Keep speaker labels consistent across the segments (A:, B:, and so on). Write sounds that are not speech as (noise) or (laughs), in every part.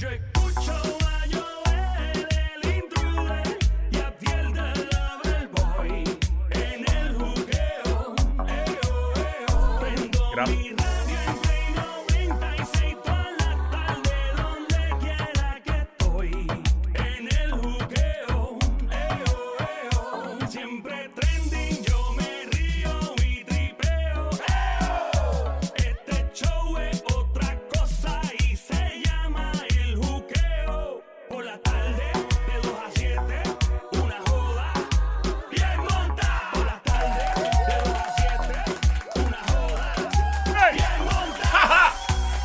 A: Yo escucho a Joel, el intruder, y a Fiel del Abel Boy. En el jugueo, eo, eo. Prendo
B: Gra-
A: mi radio en Play 96 toda la tarde, donde quiera que estoy. En el jugueo, eo, eo. Siempre trending, yo me río y tripeo. ¡Eo! Este show es otra cosa y se llama el juqueo. Por la tarde, de 2 a 7, una joda bien montada. Por la tarde, de 2 a 7, una joda
B: ¡Ey!
A: bien montada.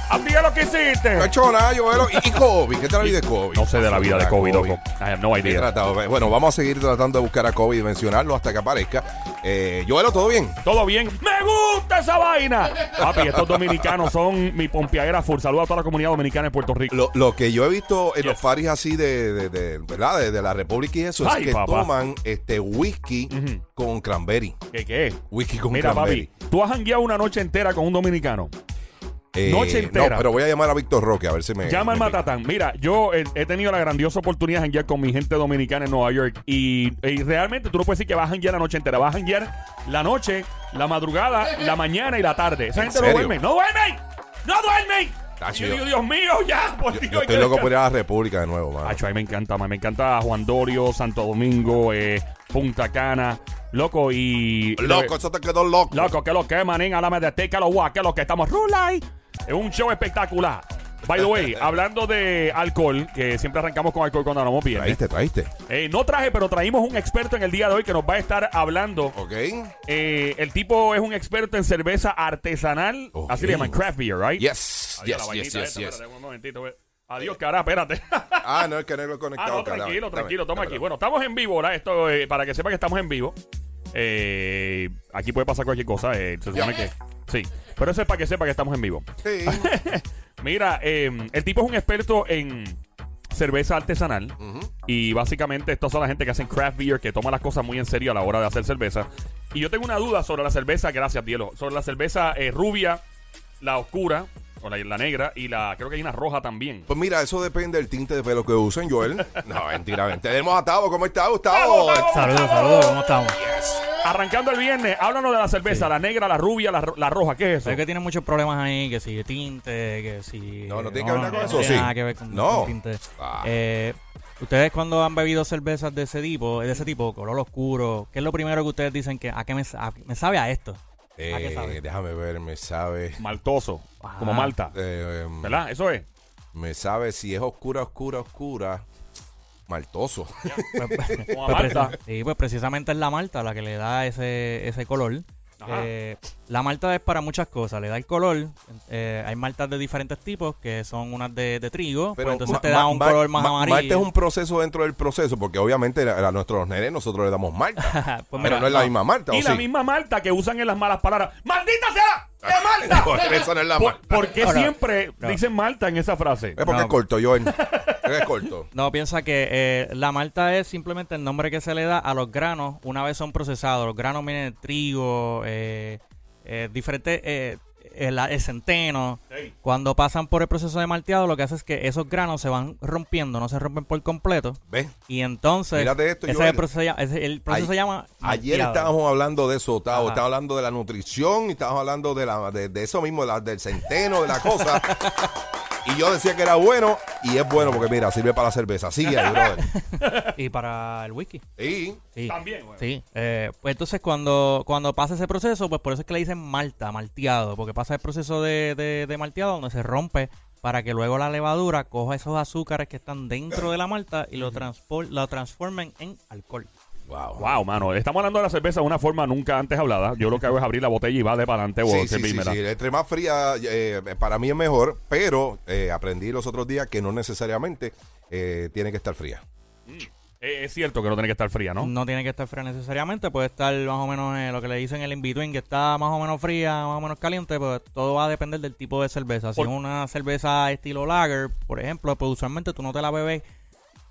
B: Amiga, lo que hiciste.
C: No he hecho nada, Joel. ¿Y, y Kobe? ¿Qué tal la vida de Kobe?
B: No sé de la vida de COVID,
C: Kobe.
B: loco. I have no
C: He
B: idea.
C: tratado- Bueno, vamos a seguir tratando de buscar a Kobe y mencionarlo hasta que aparezca. Eh, Joel, ¿todo bien?
B: ¿Todo bien? ¡Me gusta esa vaina! Papi, estos dominicanos son mi pompeadera full. Saludos a toda la comunidad dominicana en Puerto Rico.
C: Lo, lo que yo he visto en
B: Yes.
C: los paris así de, de, de- ¿verdad? De, de la República y eso
B: Ay,
C: es que
B: papá.
C: toman este whisky
B: Ujú.
C: con cranberry.
B: ¿Qué qué?
C: Whisky con
B: Mira,
C: cranberry.
B: papi, tú has jangueado una noche entera con un dominicano.
C: Eh,
B: noche entera.
C: No, pero voy a llamar a Víctor Roque a ver si me.
B: Llama al
C: me-
B: Matatán. Mira, yo eh, he tenido la grandiosa oportunidad de janguear con mi gente dominicana en Nueva York. Y, y realmente tú no puedes decir que vas a janguear la noche entera. Vas a janguear la noche, la madrugada, la mañana y la tarde. Esa gente no
C: serio?
B: duerme. ¡No duerme! ¡No duerme!
C: Tacho,
B: yo
C: yo-
B: digo, Dios mío, ya, por
C: Yo,
B: Dios.
C: yo
B: hay
C: estoy
B: que
C: loco
B: descansar".
C: por ir a la República de nuevo, mano.
B: Acho, a mí me encanta, man. me encanta Juan Dorio, Santo Domingo, eh, Punta Cana, loco y...
C: Loco, eso te quedó loco.
B: Loco, que lo que, manín, háblame de ti, que lo guay, que lo que estamos rulay. Es un show espectacular. By the
C: (laughs)
B: way, hablando de alcohol, que siempre arrancamos con alcohol cuando hablamos bien. eh,
C: Traíste, traíste.
B: no traje, pero traímos un experto en el día de hoy que nos va a estar hablando.
C: Ok.
B: Eh, el tipo es un experto en cerveza artesanal,
C: Ok.
B: así le llaman craft beer, right?
C: Yes,
B: Adiós, la
C: yes, yes,
B: vainita
C: yes,
B: esta,
C: yes.
B: espérate, un momentito, ve. Adiós, cara, espérate.
C: Ah, no, el canelo conectado.
B: Ah, no,
C: cara.
B: tranquilo,
C: Dame,
B: tranquilo, toma
C: dame,
B: aquí.
C: dame.
B: Bueno, estamos en vivo, ¿verdad? Esto, eh, para que sepa que estamos en vivo. Eh, aquí puede pasar cualquier cosa, eh, se supone que... Sí, pero eso es para que sepa que estamos en vivo.
C: Sí.
B: Mira, eh, el tipo es un experto en cerveza artesanal
C: Ujú.
B: y básicamente estas son la gente que hacen craft beer, que toma las cosas muy en serio a la hora de hacer cerveza. Y yo tengo una duda sobre la cerveza, gracias, Dielo, sobre la cerveza eh, rubia, la oscura, o la, la negra, y la creo que hay una roja también.
C: Pues mira, eso depende del tinte de pelo que usen, Joel. No, mentira, mentira. Tenemos a Tavo. ¿Cómo está, Gustavo?
B: Tavo, Tavo.
D: Saludos, saludos, ¿cómo estamos?
B: Arrancando el viernes, háblanos de la cerveza, la negra, la rubia, la, ro- la roja, ¿qué es
D: Sé
B: eso?
D: que tiene muchos problemas ahí, que si tinte, que si...
C: No, no tiene que ver nada con
D: no
C: eso,
D: tiene
C: sí.
D: nada que ver con,
C: No.
D: con tinte.
C: Ah.
D: Eh, ustedes cuando han bebido cervezas de ese tipo, de ese tipo, color oscuro, ¿qué es lo primero que ustedes dicen que a qué me, sa- me sabe a esto? ¿A qué
C: Eh,
D: sabe?
C: déjame ver, me sabe.
B: Maltoso,
D: Ah.
B: como Malta,
C: eh, em,
B: ¿verdad? Eso es.
C: me sabe si es oscura, oscura, oscura. Maltoso.
D: Pues,
B: Como a
D: pues,
B: Malta.
D: preci- sí, pues precisamente es la malta la que le da ese, ese color.
B: Ajá.
D: Eh, la malta es para muchas cosas, le da el color. eh, hay maltas de diferentes tipos que son unas de, de trigo, pues entonces
C: ma-
D: te da
C: ma-
D: un
C: ma-
D: color más
C: ma-
D: amarillo.
C: Malta es un proceso dentro del proceso, porque obviamente a, a nuestros nenes nosotros le damos Malta.
D: Ajá, (laughs) pues
C: pero
D: mira,
C: no es la misma Malta, ¿o
B: Y la
C: Oh, sí?
B: misma Malta que usan en las malas palabras. ¡Maldita sea! la- ¡De Malta!
C: (laughs) Por eso no es la
B: ¿Por,
C: Malta.
B: por qué
D: Ahora,
B: siempre
D: no.
B: dicen Malta en esa frase?
C: Es Eh, porque
D: No.
C: es corto,
B: (laughs)
C: Joel. Es corto.
D: No, piensa que eh, la malta es simplemente el nombre que se le da a los granos una vez son procesados. Los granos vienen de trigo, eh, eh, diferentes, eh, el, el centeno.
B: Ey.
D: Cuando pasan por el proceso de malteado, lo que hace es que esos granos se van rompiendo, no se rompen por completo.
C: ¿Ves?
D: Y entonces,
C: Mírate esto,
D: ese
C: Joel.
D: es el proceso, ya- ese- el proceso
C: Ay-
D: se llama
C: Ayer
D: malteado.
C: estábamos hablando de eso, Tavo.
D: Ajá.
C: Estábamos hablando de la nutrición y estábamos hablando de, la, de, de eso mismo, de la- del centeno, de la
B: (laughs)
C: cosa. y yo decía que era bueno y es bueno porque, mira, sirve para la cerveza. Sigue
B: (laughs)
C: ahí, brother.
D: Y para el whisky.
C: Y
D: Sí.
B: También, bueno.
D: Sí, eh, pues entonces cuando, cuando pasa ese proceso, pues por eso es que le dicen malta, malteado, porque pasa el proceso de, de, de malteado donde se rompe para que luego la levadura coja esos azúcares que están dentro de la malta y lo, transpor- lo transformen en alcohol.
C: Wow.
B: Wow, mano. Estamos hablando de la cerveza de una forma nunca antes hablada. Yo lo que hago es abrir la botella y va de para adelante.
C: Sí,
B: o
C: sí, sí,
B: servírmela.
C: sí. Entre más fría, eh, para mí es mejor, pero eh, aprendí los otros días que no necesariamente eh, tiene que estar fría.
B: Eh, es cierto que no tiene que estar fría, ¿no?
D: No tiene que estar fría necesariamente, puede estar más o menos eh, lo que le dicen el in-between, que está más o menos fría, más o menos caliente, pues todo va a depender del tipo de cerveza. Si
B: Por-
D: es una cerveza estilo lager, por ejemplo, pues usualmente tú no te la bebes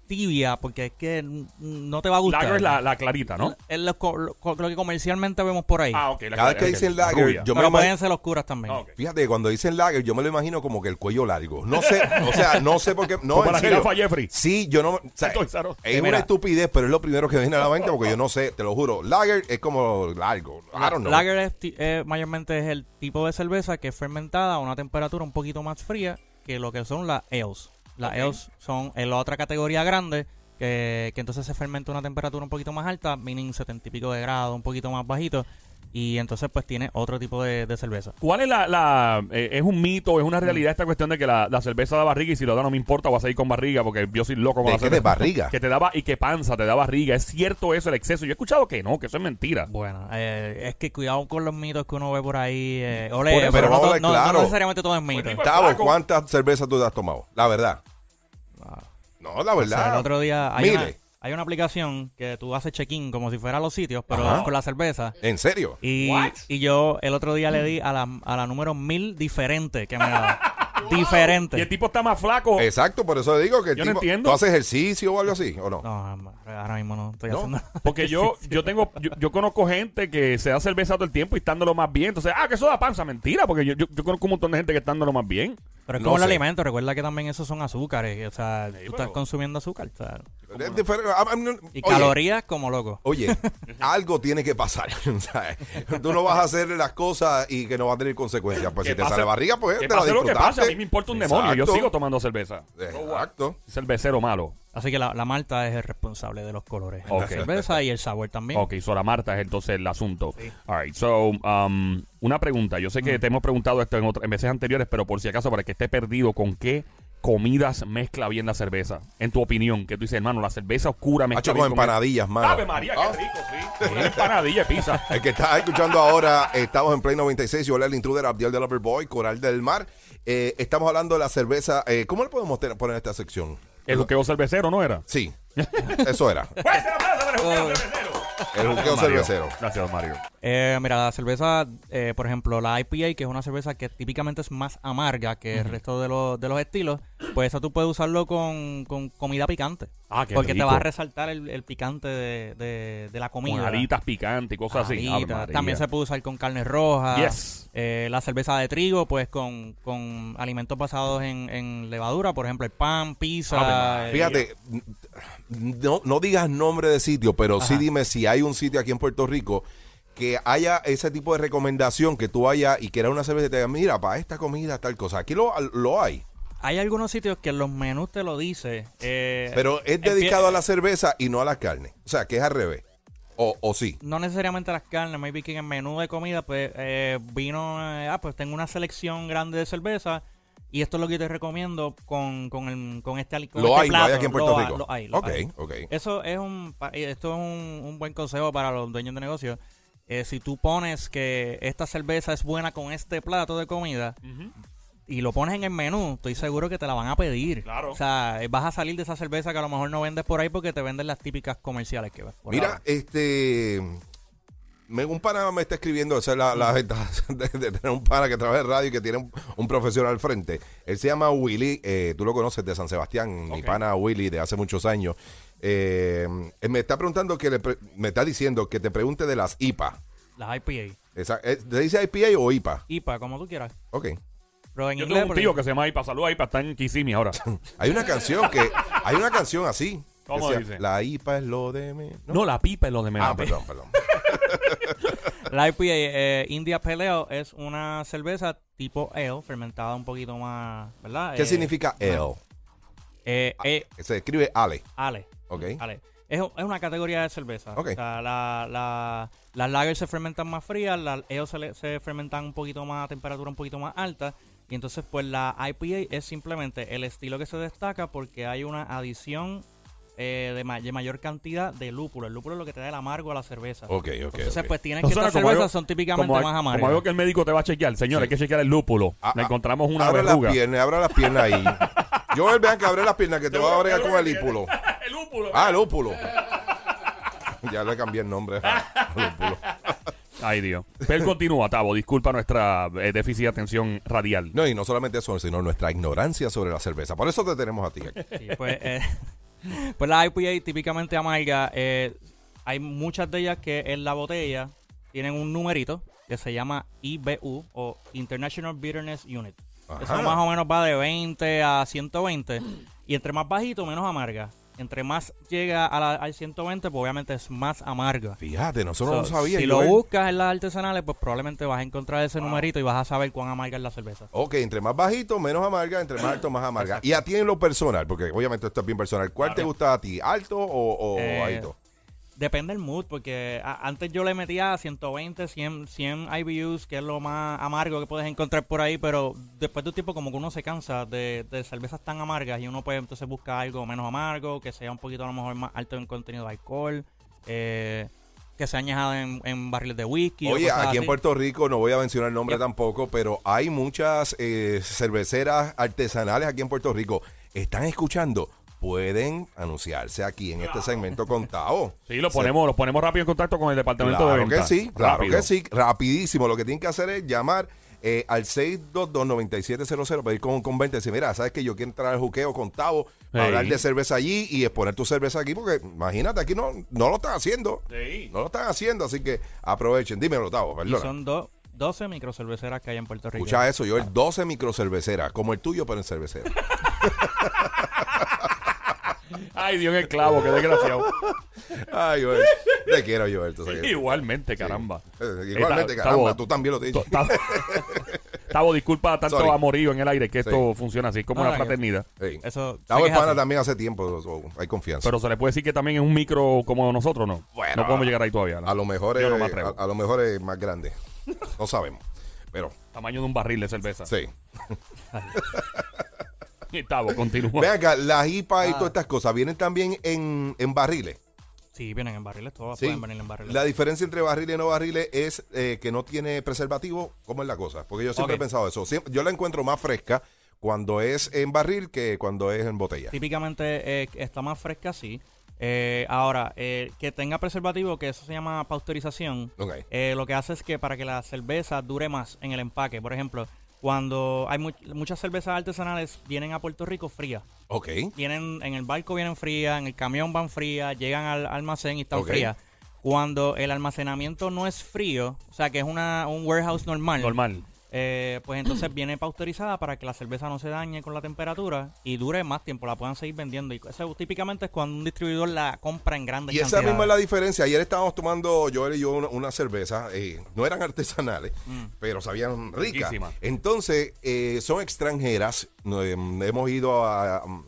D: tibia porque es que mm, no te va a gustar.
B: Lager es la, la clarita, ¿no?
D: Es lo, co- lo- co- lo que comercialmente vemos por ahí.
B: Ah, ok. la
C: Cada
B: clara-
C: vez que
B: ok.
C: dicen lager,
B: Rubia.
C: yo me
D: Pero
C: lo
D: pueden ser oscuras también.
B: Ah, ok.
C: Fíjate, cuando dicen lager, yo me lo imagino como que el cuello largo. No sé, o sea, no sé por qué. No,
B: Como
C: en
B: la
C: serio.
B: jirafa Jeffrey.
C: Sí, yo no. o sea,
B: Entonces, Aro,
C: es una
D: mira.
C: estupidez, pero es lo primero que viene a la mente porque yo no sé, te lo juro. Lager es como largo. I don't know.
D: Lager es ti- eh, mayormente es el tipo de cerveza que es fermentada a una temperatura un poquito más fría que lo que son las ales. Las ales son en la otra categoría grande que, que entonces se fermenta a una temperatura un poquito más alta, mínimo 70 y pico de grado, un poquito más bajito. Y entonces pues tiene otro tipo de, de cerveza.
B: ¿Cuál es la... la eh, es un mito, es una realidad esta cuestión de que la, la cerveza da barriga y si lo da no me importa, vas a ir con barriga porque yo soy loco con
C: ¿De
B: la
C: qué?
B: cerveza.
C: ¿De barriga?
B: Que te daba y que panza, te da barriga. ¿Es cierto eso, el exceso? Yo he escuchado que no, que eso es mentira.
D: Bueno, eh, es que cuidado con los mitos que uno ve por ahí. eh, ole,
C: Bueno, pero
D: pero no,
C: vamos a
D: to-
C: ver,
D: no- no
C: claro.
D: necesariamente todo es mito.
B: Bueno,
C: Tavo,
B: pues, flaco.
C: ¿cuántas cervezas tú te has tomado? La verdad. No, la
D: O sea,
C: verdad.
D: el otro día hay una,
C: Mire.
D: hay una aplicación que tú haces check-in como si fuera a los sitios, pero
C: Ajá.
D: con la cerveza.
C: ¿En serio?
D: Y,
B: What?
D: y yo el otro día le di a la, a la número mil diferente que me
B: (laughs)
D: da. diferente.
B: Y el tipo está más flaco.
C: Exacto, por eso digo que. el
B: Yo no
C: tipo-
B: entiendo.
C: ¿Tú haces ejercicio o algo así? ¿O no?
D: No, ahora mismo no estoy
C: ¿No?
D: haciendo
B: (laughs) Porque yo, yo tengo, yo, yo conozco gente que se da cerveza todo el tiempo y estándolo más bien. Entonces, ah, que eso da panza, mentira, porque yo, yo, yo conozco un montón de gente que estándolo más bien.
D: Pero es
C: No
D: como el
C: sé.
D: alimento, recuerda que también esos son azúcares. O sea, tú estás
B: pero-
D: consumiendo azúcar. o sea,
C: Es diferente. I'm- I'm not-
D: y
C: Oye,
D: calorías como loco. (laughs)
C: Oye, algo tiene que pasar. (laughs) ¿sabes? Tú no vas a hacer las cosas y que no va a tener consecuencias. Pues
B: Que
C: si te
B: pase-
C: sale barriga, pues
B: que
C: te la
B: pase lo que
C: disfrutaste.
B: pase, a mí me importa un demonio. Yo
C: Exacto.
B: sigo tomando cerveza.
C: Exacto.
B: Cervecero malo.
D: Así que la, la malta es el responsable de los colores.
B: Ok.
D: La cerveza y el sabor también.
B: Ok, so la Marta es entonces el asunto. All right, so, um, una pregunta. Yo sé que te hemos preguntado esto en, otra- en veces anteriores, pero por si acaso, para el que esté perdido, ¿con qué comidas mezcla bien la cerveza? En tu opinión, que tú dices, hermano, la cerveza oscura
C: Ha
B: mezcla
C: hecho
B: bien
C: con
B: con el-
C: empanadillas,
B: ¡Ave
C: mano.
B: María,
C: Ah.
B: qué rico, (laughs) sí! Una empanadilla de
C: (laughs)
B: pizza.
C: El que está escuchando ahora, estamos en Play 96, yo el intruder, Abdiel del Overboy, Coral del Mar. Eh, estamos hablando de la cerveza. eh, ¿Cómo le podemos tener- poner a esta sección?
B: El juqueo cervecero, ¿no era? (laughs)
C: Sí, eso era.
B: ¡Fuerte la plaza para el
D: Oh.
B: juqueo cervecero!
C: El
B: Mario.
C: juqueo cervecero.
B: Gracias, Mario.
D: Eh, mira, la cerveza, eh, por ejemplo, la IPA, que es una cerveza que típicamente es más amarga que el resto de, los- de los estilos, pues esa tú puedes usarlo con, con comida picante.
B: Ah, qué
D: Porque
B: rico.
D: te va a resaltar el, el picante de, de- de la
B: Con
D: comida.
B: alitas picantes y cosas así.
D: Alitas.
B: Ave María.
D: También se puede usar con carne roja.
B: Yes.
D: Eh, la cerveza de trigo, pues con, con alimentos basados en, en levadura, por ejemplo, el pan,
B: Ave
D: pizza. eh,
C: Fíjate, n- no, no digas nombre de sitio, pero sí dime si hay un sitio aquí en Puerto Rico que haya ese tipo de recomendación que tú vayas y que era una cerveza y te diga, mira, para esta comida, tal cosa. Aquí lo, lo hay,
D: Hay algunos sitios que en los menús te lo dice. eh,
C: pero es
D: empie-
C: dedicado a la cerveza y no a la carne. O sea, que es al revés. O, o sí.
D: no necesariamente las carnes, maybe que en el menú de comida, pues eh, vino, eh, ah, pues tengo una selección grande de cerveza y esto es lo que te recomiendo con, con, el- con este ali- con
C: Lo
D: este
C: hay, lo
D: plato.
C: hay aquí en Puerto
D: Lo ha-
C: Rico.
D: lo hay, lo
C: Ok,
D: hay. Eh,
C: ok.
D: Eso es un, pa- eh, esto es un, un buen consejo para los dueños de negocios. Eh, si tú pones que esta cerveza es buena con este plato de comida y lo pones en el menú, estoy seguro que te la van a pedir.
B: Claro.
D: O sea, eh, vas a salir de esa cerveza que a lo mejor no vendes por ahí porque te venden las típicas comerciales que ves. por ahora.
C: Mira, este. Me, un pana me está escribiendo, esa es la,
D: Mm.
C: la ventaja (laughs) de, de tener un pana que trabaja en radio y que tiene un, un profesional al frente. Él se llama Willy, eh, tú lo conoces de San Sebastián, mi
B: Ok.
C: pana Willy de hace muchos años. Eh, él me está preguntando que le pre- me está diciendo que te pregunte de las IPA.
D: Las IPA.
C: Esa, eh, ¿Te dice IPA o IPA?
D: IPA, como tú quieras.
C: Ok.
D: Pero en
B: Yo
D: inglés,
B: tengo un
D: porque-
B: tío que se llama Ipa. Saludos, Ipa. Está en Kissimmee
D: (laughs)
B: ahora.
C: Hay una canción que. Hay una canción así. que
B: ¿Cómo
C: sea,
B: dice?
C: La IPA es lo de. mí", ¿no?
B: la pipa es lo de menos.
C: Ah, perdón, perdón.
D: la IPA, eh, India Pale Ale, es una cerveza tipo ale, fermentada un poquito más, ¿verdad?
C: ¿Qué
D: Eh,
C: significa Ah. L?
D: Eh, eh,
C: Se escribe Ale.
D: ale.
C: Ok.
D: ale. Es, es una categoría de cerveza.
C: Ok.
D: O sea, la- la- las lagers se fermentan más frías, las ale se, le- se fermentan un poquito más a temperatura un poquito más alta. Y entonces, pues la IPA es simplemente el estilo que se destaca porque hay una adición eh, de, ma- de mayor cantidad de lúpulo. El lúpulo es lo que te da el amargo a la cerveza.
C: Ok, ok.
D: Entonces,
C: ok.
D: pues tienen
B: No
D: que
B: suena
D: estas
B: como
D: cervezas
B: algo-
D: son típicamente
B: como,
D: más
B: al-
D: amargas.
B: Como algo que el médico te va a chequear. Señor, hay que chequear el lúpulo.
C: Ah,
B: Le
C: ah,
B: encontramos una
C: abre
B: verruga.
C: las piernas, abra las piernas
D: (laughs)
C: ahí. Yo vean que abre las piernas, que te voy a bregar con el ípulo.
B: (laughs) el lúpulo.
C: Ah, el ópulo. (laughs) Ya le cambié el nombre. al lúpulo.
B: Ay, Dios. Pero continúa, Tavo. Disculpa nuestra eh, déficit de atención radial.
C: No, y no solamente eso, sino nuestra ignorancia sobre la cerveza. Por eso te tenemos a ti aquí.
D: Sí, pues, eh, (laughs) Pues la IPA típicamente amarga, eh, hay muchas de ellas que en la botella tienen un numerito que se llama IBU o International Bitterness Unit. Eso
C: Ajá.
D: más o menos va de 20 a 120. Y entre más bajito, menos amarga. Entre más llega a la- al 120, pues obviamente es más amarga.
C: Fíjate, nosotros no
D: So,
C: sabíamos.
D: si lo buscas en las artesanales, pues probablemente vas a encontrar ese numerito y vas a saber cuán amarga es la cerveza.
C: Ok, entre más bajito, menos amarga, entre más alto, más amarga. Y a ti en lo personal, porque obviamente esto es bien personal. ¿Cuál te gusta a ti? ¿Alto o, o
D: Eh,
C: bajito?
D: Depende del mood, porque a- antes yo le metía 120, 100, 100 IBUs, que es lo más amargo que puedes encontrar por ahí, pero después de un tiempo como que uno se cansa de, de cervezas tan amargas y uno pues entonces busca algo menos amargo, que sea un poquito a lo mejor más alto en contenido de alcohol, eh, que sea añejado en, en barriles de whisky. o
C: Oye,
D: cosas
C: aquí en
D: así.
C: Puerto Rico, no voy a mencionar el nombre
D: Yep.
C: tampoco, pero hay muchas eh, cerveceras artesanales aquí en Puerto Rico. ¿Están escuchando? Pueden anunciarse aquí en este segmento con Tao.
B: (laughs) Sí, lo ponemos, lo ponemos rápido en contacto con el departamento de
C: Claro que
B: ventas.
C: sí, claro
B: Rápido.
C: que sí, rapidísimo. Lo que tienen que hacer es llamar eh, al 622-9700, pedir con, con 20 y decir, mira, sabes que yo quiero entrar al juqueo con Tavo,
B: Hey.
C: hablar de cerveza allí y exponer tu cerveza aquí, porque imagínate, aquí no, no lo están haciendo.
B: Sí.
C: No lo están haciendo, así que aprovechen. Dímelo, Tavo,
D: Y
C: perdona.
D: son do- 12 microcerveceras que hay en Puerto Rico.
C: Escucha eh. eso, yo
B: Ah.
C: el 12 microcerveceras, como el tuyo, pero
B: (laughs)
C: en cervecera.
B: Ay, Dios, en el clavo, qué desgraciado.
C: Ay, Joel, te quiero, Joel. tú sabes que-
B: (laughs) Igualmente, caramba.
C: Eh, Igualmente,
B: Eh, ta-
C: caramba,
B: Tavo,
C: tú también lo te he dicho.
B: to-
C: (laughs)
B: Tavo, Tavo, disculpa tanto
C: Sorry.
B: amorío en el aire que esto funciona así, es como
D: No,
B: una
D: no,
B: fraternidad.
C: Sí.
D: Eso,
C: Tavo
D: sé
C: es
D: que es
C: pana
D: así.
C: también hace tiempo, so- hay confianza.
B: Pero se le puede decir que también es un micro como nosotros, ¿no?
C: Bueno,
B: no podemos llegar ahí todavía. ¿no?
C: A lo mejor
B: Yo
C: es,
B: no me atrevo.
C: a, a lo mejor es más grande. No sabemos. Pero,
B: Tamaño de un barril de cerveza.
C: sí.
B: Y Tavo, continúa.
C: Ven acá, las IPA y todas estas cosas vienen también en, en barriles.
D: Sí, vienen en barriles, todas
C: Sí.
D: pueden venir en barriles.
C: La diferencia entre barriles y no barriles es eh, que no tiene preservativo. ¿Cómo es la cosa? Porque yo siempre
D: Ok.
C: he pensado eso. Siem- yo la encuentro más fresca cuando es en barril que cuando es en botella.
D: Típicamente eh, está más fresca, sí. Eh, ahora, eh, que tenga preservativo, que eso se llama pasteurización,
C: Ok.
D: eh, lo que hace es que para que la cerveza dure más en el empaque. Por ejemplo, cuando hay mu- muchas cervezas artesanales vienen a Puerto Rico frías.
C: Ok.
D: Vienen, en el barco vienen frías, en el camión van frías, llegan al almacén y están
C: Ok.
D: frías. Cuando el almacenamiento no es frío, o sea que es una, un warehouse
B: Normal.
D: eh, pues entonces viene pasteurizada para que la cerveza no se dañe con la temperatura y dure más tiempo, la puedan seguir vendiendo. Y eso típicamente es cuando un distribuidor la compra en grandes
C: Y esa
D: cantidades.
C: misma es la diferencia. Ayer estábamos tomando, Joel y yo, una, una cerveza. eh, no eran (laughs) artesanales,
D: Mm.
C: pero sabían ricas.
B: Riquísima.
C: Entonces, eh, son extranjeras. no, eh, hemos ido a. um,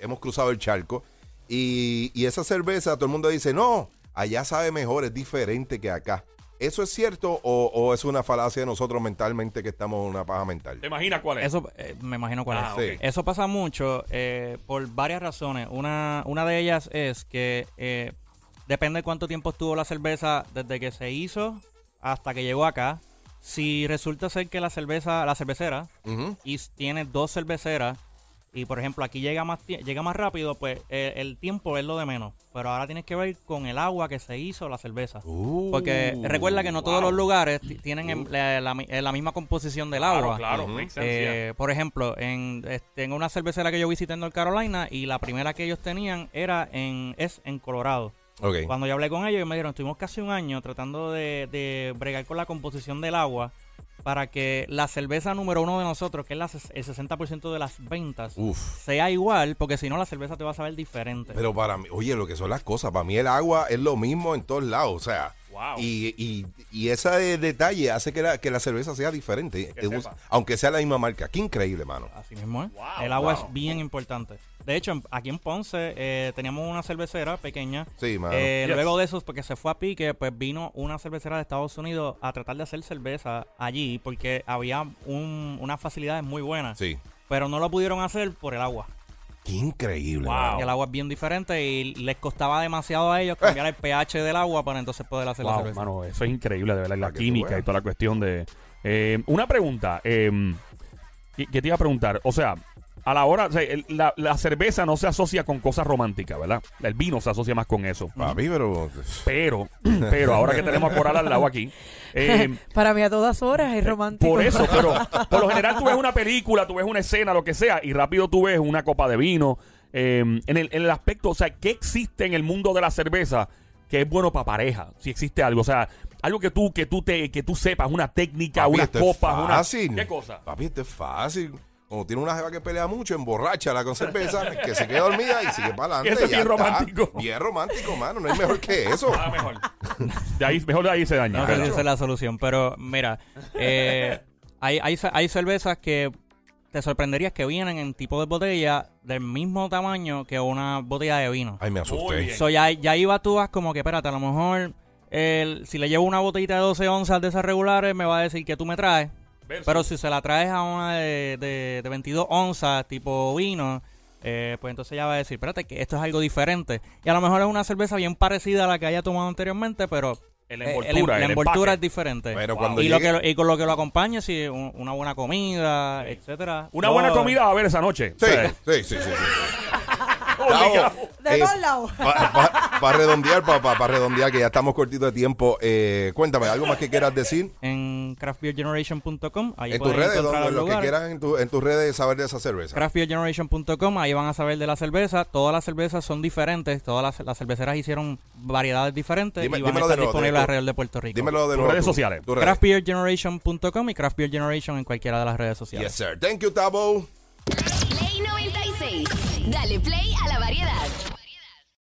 C: hemos cruzado el charco. Y, y esa cerveza, todo el mundo dice: No, allá sabe mejor, es diferente que acá. ¿Eso es cierto o, o es una falacia de nosotros mentalmente que estamos en una paja mental?
B: ¿Te imaginas cuál es?
D: Eso, eh, me imagino cuál
B: Ah,
D: es.
C: ok.
D: Eso pasa mucho eh, por varias razones. Una, una de ellas es que eh, depende cuánto tiempo estuvo la cerveza desde que se hizo hasta que llegó acá. Si resulta ser que la cerveza, la cervecera,
C: Ujú.
D: y s- tiene dos cerveceras y por ejemplo aquí llega más tie- llega más rápido, pues eh, el tiempo es lo de menos. Pero ahora tienes que ver con el agua que se hizo la cerveza. Porque
B: Uh,
D: recuerda que no todos los lugares ti- tienen em- la, la mi- eh, la misma composición del
B: Claro,
D: agua.
B: claro,
C: Ujú.
B: makes sense, yeah.
D: Eh, por ejemplo, en, eh, tengo una cervecera que yo visité en North Carolina y la primera que ellos tenían era en es en Colorado.
C: Ok.
D: Cuando yo hablé con ellos, ellos me dijeron, estuvimos casi un año tratando de, de bregar con la composición del agua para que la cerveza número uno de nosotros, que es la ses- el 60% de las ventas,
C: Uf.
D: sea igual, porque si no la cerveza te va a saber diferente.
C: Pero para mí, oye, lo que son las cosas, para mí el agua es lo mismo en todos lados, o sea.
B: Wow.
C: Y, y, y ese de- detalle hace que la, que la cerveza sea diferente,
B: Que
C: eh,
B: sepa.
C: aunque sea la misma marca. Qué increíble, mano.
D: Así mismo, ¿eh?
B: Wow,
D: el agua
B: wow.
D: es bien importante. De hecho, en- aquí en Ponce eh, teníamos una cervecera pequeña.
C: Sí, mano.
D: Eh,
B: Yes.
D: Luego de eso, porque se fue a pique, pues vino una cervecera de Estados Unidos a tratar de hacer cerveza allí, porque había un- unas facilidades muy buenas.
C: Sí.
D: Pero no lo pudieron hacer por el agua.
C: Qué increíble.
B: Wow.
C: mano.
D: que el agua es bien diferente y les costaba demasiado a ellos
B: (laughs)
D: cambiar el pH del agua para entonces poder hacer la
B: Wow,
D: cerveza.
B: mano, eso Ah, es increíble, de verdad. La
C: Para que tú
B: química y
C: veas.
B: toda la cuestión de. Eh, una pregunta. eh, que que te iba a preguntar? O sea, a la hora. o sea, el- la, la cerveza no se asocia con cosas románticas, ¿verdad? El vino se asocia más con eso.
C: Papi, pero.
B: Pero, (clears throat) pero ahora que tenemos a Coral al lado aquí. (laughs) eh,
E: (laughs) Para mí a todas horas es romántico.
B: Por eso,
D: (laughs)
B: pero por lo general tú ves una película, tú ves una escena, lo que sea, y rápido tú ves una copa de vino, eh, en, el, en el aspecto, o sea, ¿qué existe en el mundo de la cerveza que es bueno para pareja? Si existe algo, o sea, algo que tú, que tú, te, que tú sepas, una técnica,
C: Papi,
B: unas
C: esto es
B: copas, una-
C: fácil.
B: ¿Qué cosa?
C: Papi, esto es fácil. Cuando tiene una jeva que pelea mucho, emborracha la con cerveza, que se queda dormida y sigue para adelante.
B: (laughs) Eso es
C: ya
B: bien
C: está.
B: romántico.
C: Bien romántico, mano. No hay mejor que
B: (laughs)
C: eso.
B: Nada Ah, mejor. De ahí, mejor de ahí se daña.
D: No sé
B: Pero-
D: si esa es la solución, pero mira,
B: (laughs)
D: eh, hay, hay, ce- hay cervezas que te sorprenderías que vienen en tipo de botella del mismo tamaño que una botella de vino.
C: Ay, me
B: Muy bien.
C: asusté.
D: So, ya, ya iba tú vas como que, espérate, a lo mejor el- si le llevo una botellita de 12 onzas de esas regulares, me va a decir que tú me traes.
B: Versus.
D: Pero si se la traes a una de, de- de 22 onzas, tipo vino, eh, pues entonces ya va a decir, espérate, que esto es algo diferente. Y a lo mejor es una cerveza bien parecida a la que haya tomado anteriormente, pero
B: En la
D: eh, el-
B: envoltura,
D: la
B: el
D: envoltura
B: empaque.
D: es diferente.
C: Pero cuando
D: y, lo
C: llegue-
D: que lo- y con lo que lo acompañe, si un- una buena comida, etcétera.
B: Una
D: No,
B: buena comida va a haber esa noche.
C: Sí,
B: O sea,
C: sí, sí, sí. sí.
B: (laughs) obligado.
E: De
C: Eh,
E: todos lados.
C: Para redondear, para redondear, que ya estamos cortitos de tiempo, eh, cuéntame, ¿algo más que quieras decir?
D: En craftbeergeneration.com. Ahí
C: En tus
D: pueden
C: redes,
D: encontrar
C: donde
D: los
C: los que
D: lugares.
C: quieran en, tu- en tus redes saber de esa cerveza.
D: craftbeergeneration.com, ahí van a saber de la cerveza. Todas las cervezas son diferentes, todas las, las cerveceras hicieron variedades diferentes
C: Dime-
D: y van a
C: dímelo de
D: estar
C: nuevo,
D: disponibles
C: dime tú.
D: alrededor de Puerto Rico.
C: Dímelo de
B: Tus
C: nuevo.
B: redes
C: tú,
B: sociales.
C: tus redes.
D: craftbeergeneration.com y Craft Beer Generation en cualquiera de las redes
C: Yes,
D: sociales.
C: sir. Thank you, Tabo.
F: Play 96. Dale play a la variedad.